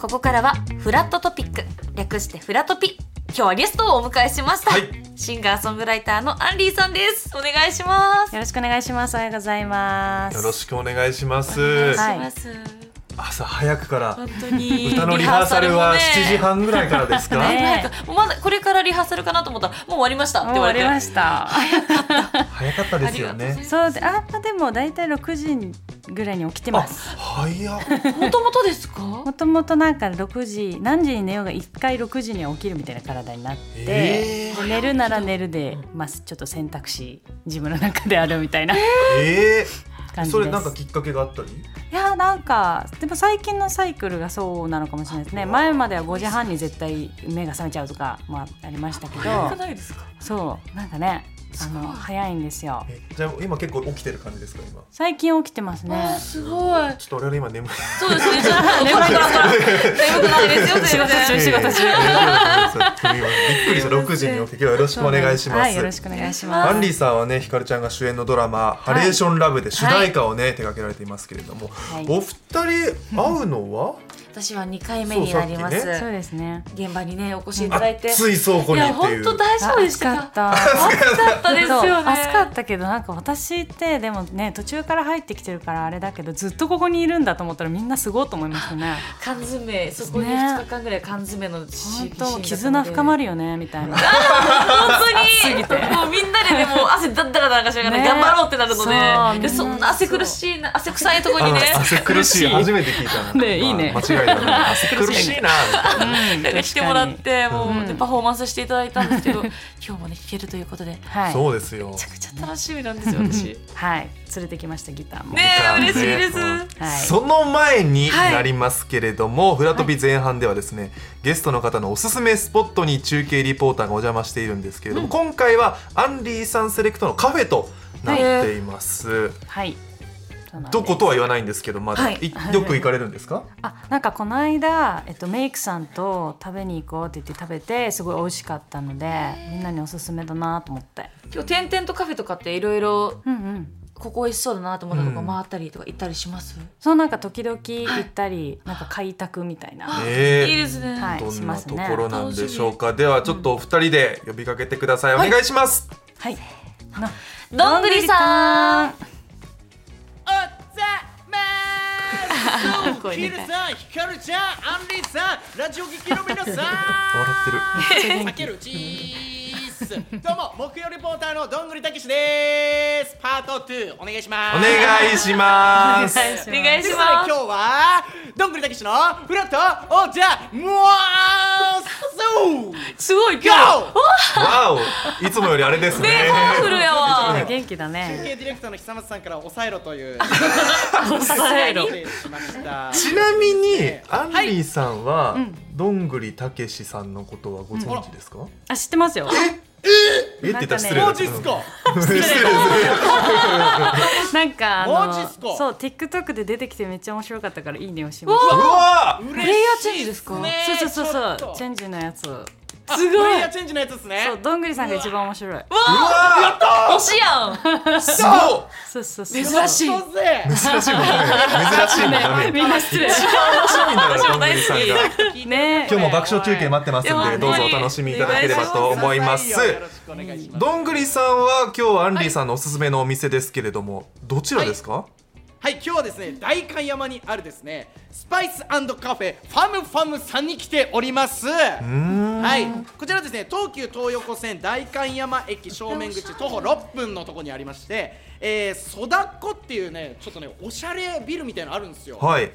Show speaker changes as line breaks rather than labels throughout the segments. ここからはフラットトピック略してフラトピ今日はゲストをお迎えしました、
はい
シンガーソングライターのアンリーさんですお願いします
よろしくお願いします。おはようございます。
よろしくお願いします。
お願いします、
朝早くから
本当に
歌のリハーサルは7時半ぐらいからですか。
ね
早くもうまだこれからリハーサルかなと思ったらもう終わりましたって
もう
言われ
終
て
わりました。
早かったですよ
ありがとうござい
ね
ま。
そうで、あ、まあでも大体6時ぐらいに起きて
あ
ます。、
早っ。
もともとですか
もともとなんか6時何時に寝ようが1回6時には起きるみたいな体になって、
えー
で寝るなら寝るで、まあ、ちょっと選択肢自分の中であるみたいな
ええ
感じです。
それなんかきっかけがあったり。
いやなんかでも最近のサイクルがそうなのかもしれないですね前までは5時半に絶対目が覚めちゃうとか、まあ、ありましたけ
早く
ど
ないですか
そうなんかねあの早いんですよ
えじゃあ今結構起きてる感じですか今。
最近起きてますね
あすごい
ちょっと我々今眠い。
そうですねちょっとこらこらこら眠くないですよ全然
仕事中。びっくりした6時に起きて今日はよろしくお願いしま
はい、よろし
す。
くお願いし
ア
ま
ンリ
す。
ーさんはね、ひかるちゃんが主演のドラマ、ハレーションラブで主題歌をね、手掛けられていますけれども、
い
お二人会うのは
私は二回目になりま
そう
そう
す
ですね。
現場にねお越しいただいて
熱い倉庫
い
にっ
や
てい
本
う。
当大丈夫でし
暑か
た
っ
か
た。
暑かったですよね
暑かったけどなんか私ってでもね途中から入ってきてるからあれだけどずっとここにいるんだと思ったらみんなすごいと思いましたね。
缶詰そこに2日間ぐらい缶詰の
本
シ
当絆深ま
る
るよねみたいな。
本当に
すぎて
もうみんなでねもう汗だったらなんかしながら
ね
頑張ろうってなるの
そう
ででそんな汗苦しいな汗臭いとこにね
あ汗苦しい初めて聞いたな
ねいいね
まあ間違いない汗苦しいなみたいな
なんか来てもらっ。てもう、
うん
でパフォーマンスしていただいたんですけど今日もね弾けるということでめ
はい。
そうですよ
ちゃくちゃ楽しみなんですよ私ね
はい。連れてきましたギターも。
え嬉しいです、
はい
その前になりますけれども、フラトピ前半ではですね、ゲストの方のおすすめスポットに中継リポーターがお邪魔しているんですけれども、今回はアンリーさんセレクトのカフェとなっています、
はい。そうなんです
どことは言わないんですけどまだ、
はい
いよく行かれるんですか
あなんかこの間、えっと、メイクさんと食べに行こうって言って食べてすごい美味しかったのでみんなにおすすめだなと思って
今日点々とカフェとかっていろいろ
うんうん
ここ美味しそうだなと思ったとこ
うん
回ったりとか行ったりします、
そうなんか時々行ったり、なんか開拓みたいな
ええ
いいですね、
はい
ど
し
ん
ま
な
す
と
ね
ころなんでしょうか、ではちょっとお二人で呼びかけてください、お願いします
はい
どんぐりさん
ん
おざまーす
これ
キ
ね
ルさん、ヒカルちゃん、アンリーさん、ラジオ劇の皆さん
笑ってる
あけるチースどうも、木曜リポーターのどんぐりたけしですパート2、お願いしま
お
す
願いします。
お願い
とい
し
うことで
ます
今日はどんぐりたけしのフラットおじゃまーすそう
すごい今日
GO!
わお、いつもよりあれですね。
ねパワフルやわ
元気だ
中
ね
継ディレクターの久松さんから抑えろという
抑えろ
失礼しました
ちなみに、アンリーさんは、どんぐりたけしさんのことはご存知ですか。
あ知ってますよ
えって言ったら失礼だ
マ
け
ジっ
ど
すか
失礼です。
なんかあ
マジっすか
のそう TikTok で出てきてめっちゃ面白かったからいいねをしまし
うわ
プ
レイヤーチェンジですか
たそうそうそうそうチェ
ン
ンジのやつそ
ジすごいプレイヤーチェンジのやつですね
うどんぐりさんが一番面白い
推しやん
すご
そうそうそ
珍
う
しい
そう
い珍
ぜ
しいもんね。珍しいもんダメ。
みんな失礼
楽しみだから、どんぐり
私
さん
も大好き
が。
ね
今日も爆笑中継待ってます
い
ん
や
で、どうぞお楽しみいただければと思います。
よろしくお願いします
どんぐりさんは今日はアンリーさんのおすすめのお店ですけれども、どちらですか？
はい今日はですね代官山にあるですねスパイスカフェファムファムさんに来ておりますはいこちらですね東急東横線代官山駅正面口徒歩6分のところにありましてえー、ソダコっていうねちょっとねおしゃれビルみたいなのあるんですよ
はい。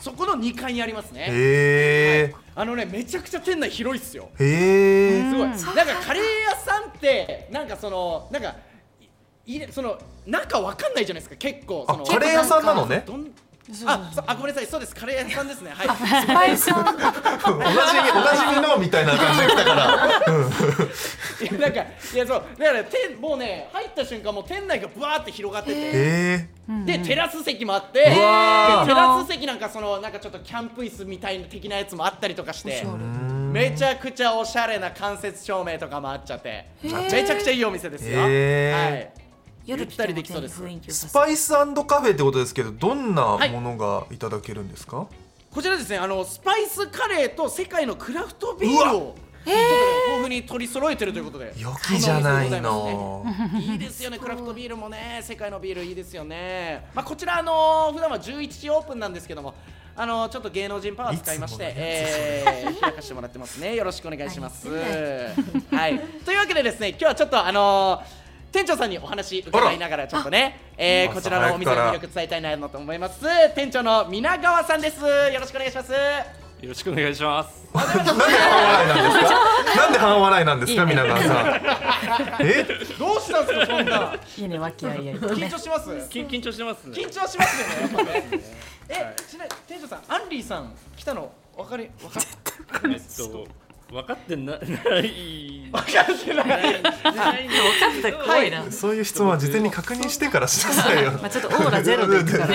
そこの2階にありますね
へ
あのねめちゃくちゃ店内広いっすよ
え。へえ。
すごいなんかカレー屋さんってなんかそのなんかいいその中わかんないじゃないですか結構そ
あ、
の
カレー屋さんなのね。
どんあそうあごめんなさいそうですカレー屋さんですねはい
最初
おなじみ、おなじみのみたいな感じで来たから。
いや なんかいやそうだから店もうね入った瞬間もう店内がぶわーって広がってて
え
でテラス席もあって
うわー
でテラス席なんかそのなんかちょっとキャンプ椅子みたいな的なやつもあったりとかしてめちゃくちゃおしゃれな間接照明とかもあっちゃってめちゃくちゃいいお店ですよ
へー
はい
夜来たりできそうです
ー、スパイスカフェってことですけど、どんなものがいただけるんですか。
ここちらですねあのスパイスカレーと世界のクラフトビールをということで豊富に取り揃えてるということで
よきじゃないの。
いいですよね、クラフトビールもね、世界のビールいいですよね。まあ、こちら、あのー普段は11時オープンなんですけども、あのーちょっと芸能人パワー使いまして、
いつものやつ
えー、開かしてもらってますね。よろしくお願いします。はい、というわけでですね、今日はちょっと、あのー店長さんにお話伺いながら、ちょっとね、えー
あ
こちらのお店の魅力伝えたいなと思います。店長の皆川さんです。よろしくお願いします。
よろしくお願いします。
なんで半笑いなんですか、
いいね
皆川さん。え、
どうしたんですか、そんな。
いいね、わきあいあい。
緊張します。
緊緊張してますね
緊。張しますよねやっぱね。え、ちなみに店長さん、アンリーさん来たのわかりわか
えっと分かってな ない。
か
分
ってない。
ないんですけど。
怖いな。
そういう質問は事前に確認してからしなさいよ。
まあちょっとオーラゼロでいくから。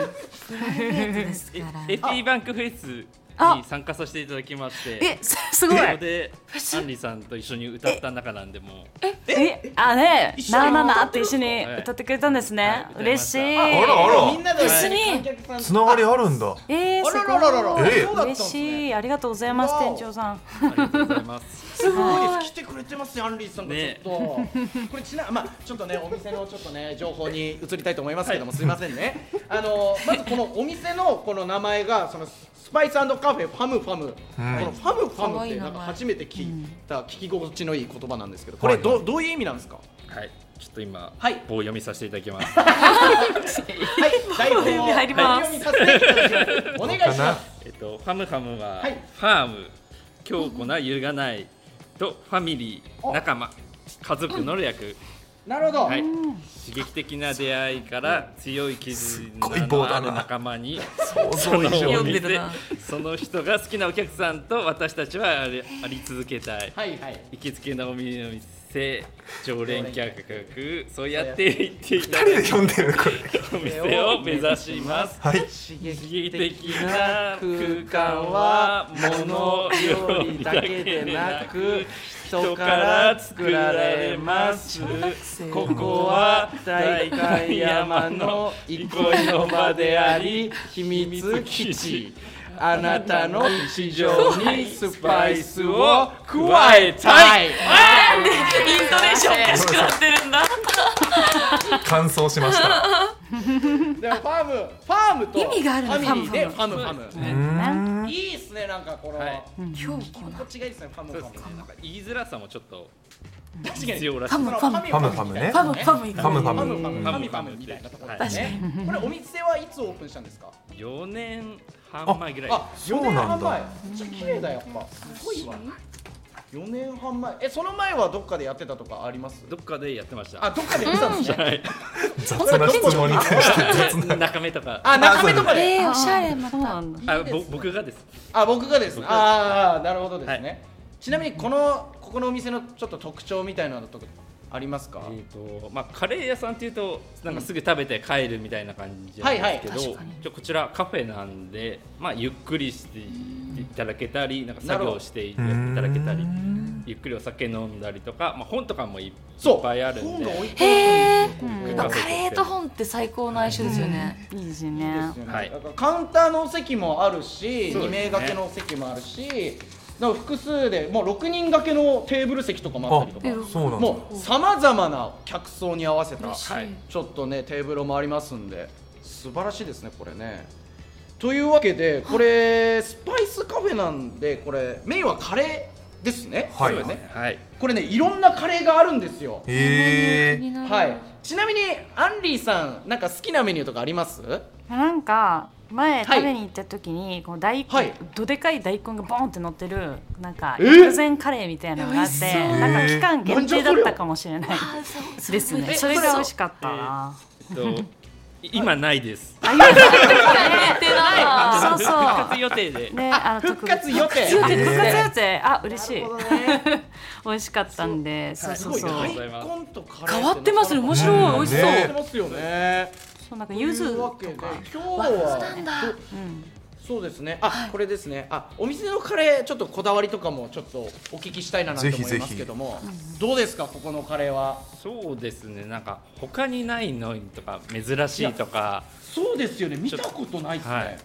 ですか
え AT バンクフェス
あ
に参加させていただきまして。
え、すすごい
な。のでアンリさんと一緒に歌った中なんでもう
え、あね、
一緒に
なあなあなあって一緒に歌ってくれたんですね。
はい
嬉しい。
歌
いましたあらあら
みんなで
一緒に
お客さ ん
つながりあるんだ。
えー、
あ
す
ら
ごい
らららら。
え
そうだったんで
嬉
す
し
ね。
い。ありがとうございます、
わお
店長さん。
ありがとうございます。
すごいです来てくれてますねアンリーさんがちょっと。これちなまあちょっとねお店のちょっとね情報に移りたいと思いますけどもすいませんね。あのまずこのお店のこの名前がそのスパイスカフェファムファム。このファムファムってなんか初めて聞いた聞き心地のいい言葉なんですけど、これどうどういう意味なんですか。
はい。ちょっと今、
はい
棒読みさせていただきます。
はい、台本を
入ります
読みさせていただきます。お願いします。
えっと、ファムハムは、
はい
ファーム、強固な揺るがない、とファミリ
お
ー、仲間、家族の略、
なるほど。
はい、刺激的な出会いから強い絆
ごい棒
の
だ
あ
な
る仲間に、
想
そ
像
の
以上
読
お
んで
店
るな
その人が好きなお客さんと私たちはありあり続けたい。
はいはい。
行きつけのお店、常連客、そうやって行っていただ
二人
く
で呼んでる、これ。
お店を目指します。
はい。
刺
刺激的な空間は物料理だけでなく人から作られますここは代官山の憩いの場であり秘密基地あなたの日常にスパイスを加えたい
イントネーションおかしくなってるんだ。
完走しました。
ではファーム、ファームと
意味がある
フ
の
ァミリーで
フ
ファムファ
う
う
ー
ー
ん。
ム。いいですね、なんかこの。
はい
今日こ
こっちがいいですね、ファムファム。
言いづらさもちょっと
確かに。
要ら
しい
その
ファムファムね
ファムファム
ファムファ
ファ
ム。
ムファム、ファミファ
ファムファ
ム
ム
みたいなところ
はい
ですね。これお店はいつオープンしたんですか。
4年半前ぐら
あ、
そ
四
う
年
な
半
ん
前
だ。
めっちゃ綺麗だやっぱ。すごいわ。四年半前。え、その前はどっかでやってたとかあります。
どっかでやってまし
あ、どっかでやってたんですね。
はい
雑な質問に対して雑な。
中目とか
あ、中目とかで。
えー、おしゃれま
そう
た。
なんだ。
あぼ僕がです
あ、僕がですね。
僕
あーあー、なるほどです
は
ね。ちなみにこのここのお店のちょっと特徴みたいなのとかありますか。
えーとまあ、カレー屋さんっていうとなんかすぐ食べて帰るみたいな感じなんですけど、
はいはい確かに
ちょこちらカフェなんで、まあ、ゆっくりしていただけたりなんか作業していただけた
う
り
ーん
ゆっくりお酒飲んだりとか、まあ、本とかもいっ
そう。
ぱいあるん
本が置い
で。
て
へ
あ
え。
るんですよ
カレーと本って最高の相性ですよね。
いいです
いいで
ね
す。よね
はい
だからカウンターのお席もあるし、
そうですね
二名掛けのお席もあるし、だから複数でもう六人掛けのテーブル席とかもあったりとか。
あ、そうなんだ。
もうさまざまな客層に合わせた
嬉しい
はい
ちょっとねテーブルもありますんで素晴らしいですねこれねというわけでこれスパイスカフェなんでこれメインはカレーですね
はい
これね
はい、
これねいろんなカレーがあるんですよ
ええ。
はいちなみにアンリーさんなんか好きなメニューとかあります
なんか前
はい
食べに行った時にこの大根、
はい
どでかい大根がボンって乗ってるなんか
え
薬膳カレーみたいなのがあっ
え
て
美味しそう
なんか期間限定だったかもしれない
あそう
ですね。
そ
そ
れ
れ
が
が
美
美
味
味
し
し
い。
かったな。
えっとい今ないです
あ、いや
てな
そう
復
そ
活予定で
う。ね、あの
復活予定
特別
定
復活予定。あ、嬉しい。
ね
美味しかったんで、そう
はい
す
そ
ご
う
い
そ
す
う。
ごい
大根とカレー
変わってますね。面
い
白い。美味しそう。
変わっ
ね
てますよね
そうなんか柚子
というわ
と
けで
か。
今日は
うん。
そうですね。あ、これですね。あ、お店のカレーちょっとこだわりとかもちょっとお聞きしたいななんて
ぜひ
思
ぜ
い
ひ
ますけども、どうですかここのカレーは。
そうですねなんか他にないのとか珍しいとか
そうですよね。見たことないですね。
はい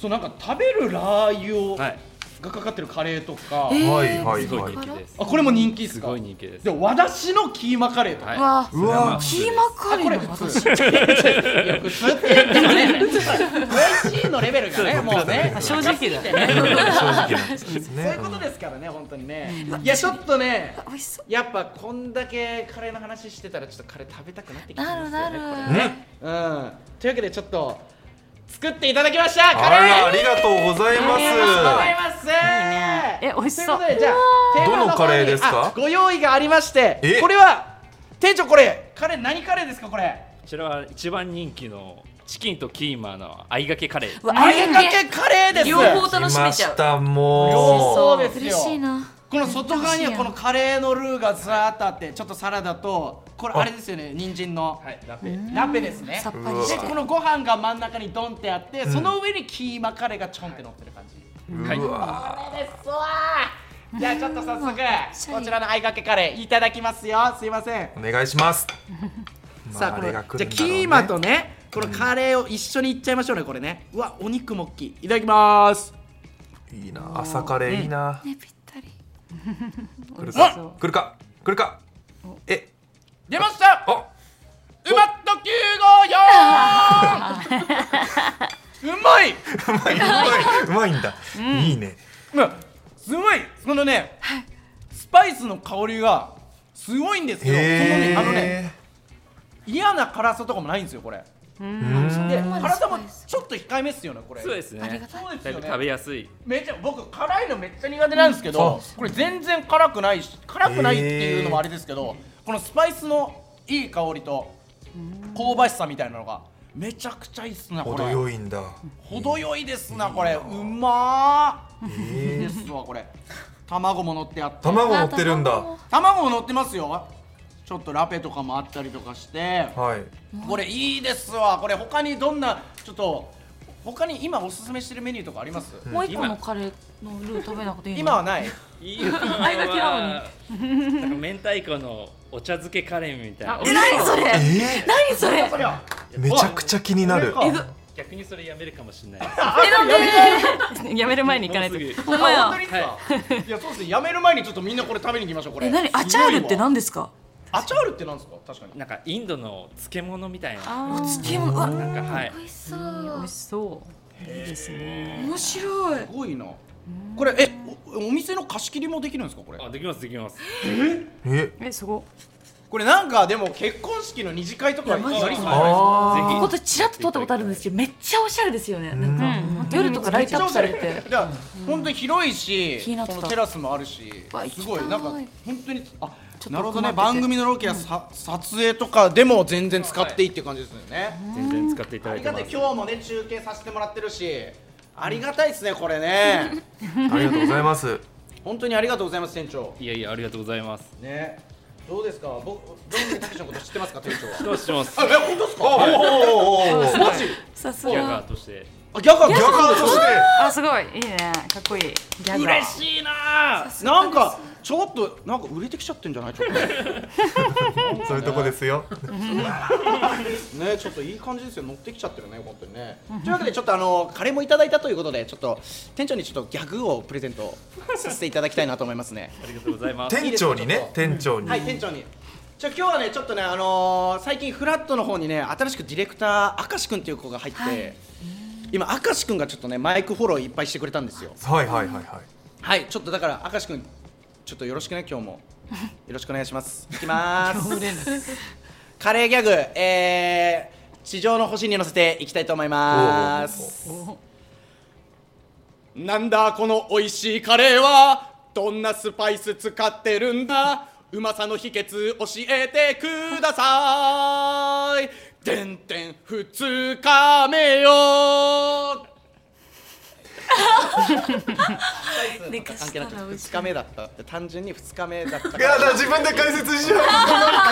そうなんか食べるラー油を
は
が
い
かかってるカレーとか、
えー
はいはい
すご
はいい
人気です
あこれも人気です
す
か
ごい人気です
で和だしのキーマカレーとか、
はいう
わ
うわ
キー マカ
あ
レ
これ
ー
普
の
通
私
いや普通って言ってもね美味しいのレベルがねもうね
正直だ
ね
正直な話です
そうい
ね
うことですからね本当にねいやちょっとね
美味しそう
やっぱこんだけカレーの話してたらちょっとカレー食べたくなってきてますよね
なるなる
これ
うん
ねうんというわけでちょっと作っていただきましたカ
あ
レー
らありがとうござい
ありがとうござ
ま
います
え美味しそう
ということでじゃあ
どのカレーですか
テマの方にあご用意がありまして
え
これは店長これカレー何カレーですかこれ
こちらは一番人気のチキンとキーマの合いがけカレー
うわ
あれかけカレーです
両方
す
楽し
来ま
めちゃ
し
う
たも
そうですよ
嬉しいな
この外側にはこのカレーのルーがずらーっとあってちょっとサラダとこれあれですよね人参の
はいラペ
ラペですね
さっぱりし
で
て
このご飯が真ん中にドンってあってその上にキーマカレーがちょんって乗ってる感じ
う
はいう
わ
これですわーじゃあちょっと早
シ
速
ャリ
こちらのあいがけカレーいただきますよすいません
お願いします
さあこ
れ
れ
が来
じ
る
ゃあ
んだろうね
キーマとねこのカレーを一緒にいっちゃいましょうねこれねうわお肉も大きいいただきます
いいな朝カレーいいな
ねぴったり
来る
美味しそう
か来るか来るかえ
出まし
あ
たうまっと954 うまいう
まいうまいうまいんだいいね
うんすごいそのねスパイスの香りがすごいんですよその
へ
ね
え
あのね嫌な辛さとかもないんですよこれで辛さもちょっと控えめっすよねこれ
そうですね
ありがたい
そうです
だい
よ
ぶ食べ
ね
やすい
めっちゃ僕辛いのめっちゃ苦手なんですけどこれ全然辛くないし辛くないっていうのもあれですけどこのスパイスのいい香りと香ばしさみたいなのがめちゃくちゃいいっすなこれ
程よいんだ
程よいですなこれうまーいい
え
で
ー
すわ これ卵も乗ってあって
卵乗ってるんだ
あ
卵も乗ってますよちょっとラペとかもあったりとかして
はい
これいいですわこれ他にどんなちょっと他に今おすすめしてるメニューとかあります、
もう一個のカレーのルー食べなくていいの
今はない
あ
いがけな
なんか明太子のお茶漬けカレーみたいな
あ
え何それ
え
何それ
それは
ーめちゃくちゃ気になる
これ
えぐ
か
逆にそれやめるかもしれない
えなんで
やめる前に行かないと
もうすぐ
ほんまや
本当にですか、い、やそうですねやめる前にちょっとみんなこれ食べに行きましょうこれ
え何アチャールって
なん
何ですか
アチャールってなんですか確かに
なんかインドの漬物みたいな
お
あ
漬物うわ
なんかはい
美味しそ
ー美
う
味しそういいですね
面白い
すごいなこれえおお店の貸し切りもできるんですかこれ
あできますできます
え
えすご
これなんかでも結婚式の二次会とか
いやマジ
ありそうじゃないですか
ぜ
あ
ここでちらっと撮ったことあるんですけどめっちゃおしゃれですよねなんか
うん
夜とかライトアップされ
い
て
や本当に広いし、
気になって
こ
た
のテラスもあるし
わ行きた
す
い
ごいなんか本当にあ
ちょっと困ってて
なるほどね番組のロケやさ、撮影とかでも全然使っていいって感じですよね、
ひ全然使っていた
あ
だ
り
いて
が
ま
た
す
い今日もね中継させてもらってるしありがたいですねこれ ね
ーありがとうございます
本当にありがとうございます店長
いやいやありがとうございます
ねどうですか僕どんなタクシーのこと知ってますか店長は
どうします
あえ本当ですか
おおお
マジ
さす
ギャガ
が
ーとして
あ逆逆
逆をとして
あすごいいいねかっこいいギャグ
嬉しいなあなんかちょっとなんか売れてきちゃってんじゃないちょっと
そういうとこですよ
ねちょっといい感じですよ乗ってきちゃってるね本当にねというわけでちょっとあのカレーもいただいたということでちょっと店長にちょっとギャグをプレゼントさせていただきたいなと思いますね
ありがとうございます
店長にね店長に
はい店長にじゃあ今日はねちょっとねあのー、最近フラットの方にね新しくディレクター明石くんっていう子が入って、
はい
今明石くんがちょっとねマイクフォローいっぱいしてくれたんですよ
はいはいはいはい
はいちょっとだから明石くんちょっとよろしくね今日もよろしくお願いしますいきまーすカレーギャグえー、地上の星に乗せていきたいと思いまーすなんだこの美味しいカレーはどんなスパイス使ってるんだうまさの秘訣教えてくださいでんてん2日目よ
でかしたら美味し
2日目だったって単純に2日目だったか
いやだから
ら
自分で解説しよう
アイ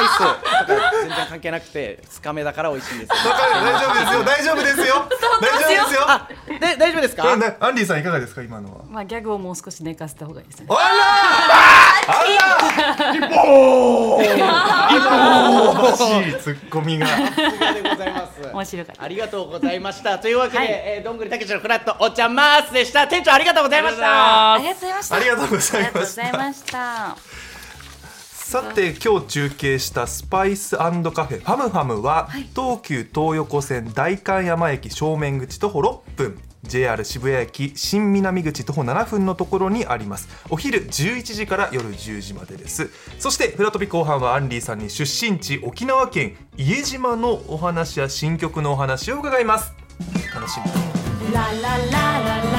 スとか全然関係なくて2日目だから美味しいんですよ
わかる大丈夫ですよ大丈夫ですよ大丈夫ですよ
あで大丈夫ですか
あなアンディさんいかがですか今のは
まあギャグをもう少し寝かせた方がいいですね
あらあら一本一本惜しいツッコミが
さすがでございますます
面白かった
ありがとうございましたというわけで、
はい
えーどんぐりたけしのフラットおっちゃんまーすでした店長ありがとうございました
ありがとうございました
ありがとうござ
あり
いま
がとうご
し
ざい
た
ました。
さて今日中継したスパイスカフェファムファムは、東急東横線代官山駅正面口徒歩6分 JR 渋谷駅新南口徒歩7分のところにありますお昼11時から夜10時までですそしてフラトピ後半はアンリーさんに出身地沖縄県家島のお話や新曲のお話を伺います楽しみ
ラララララ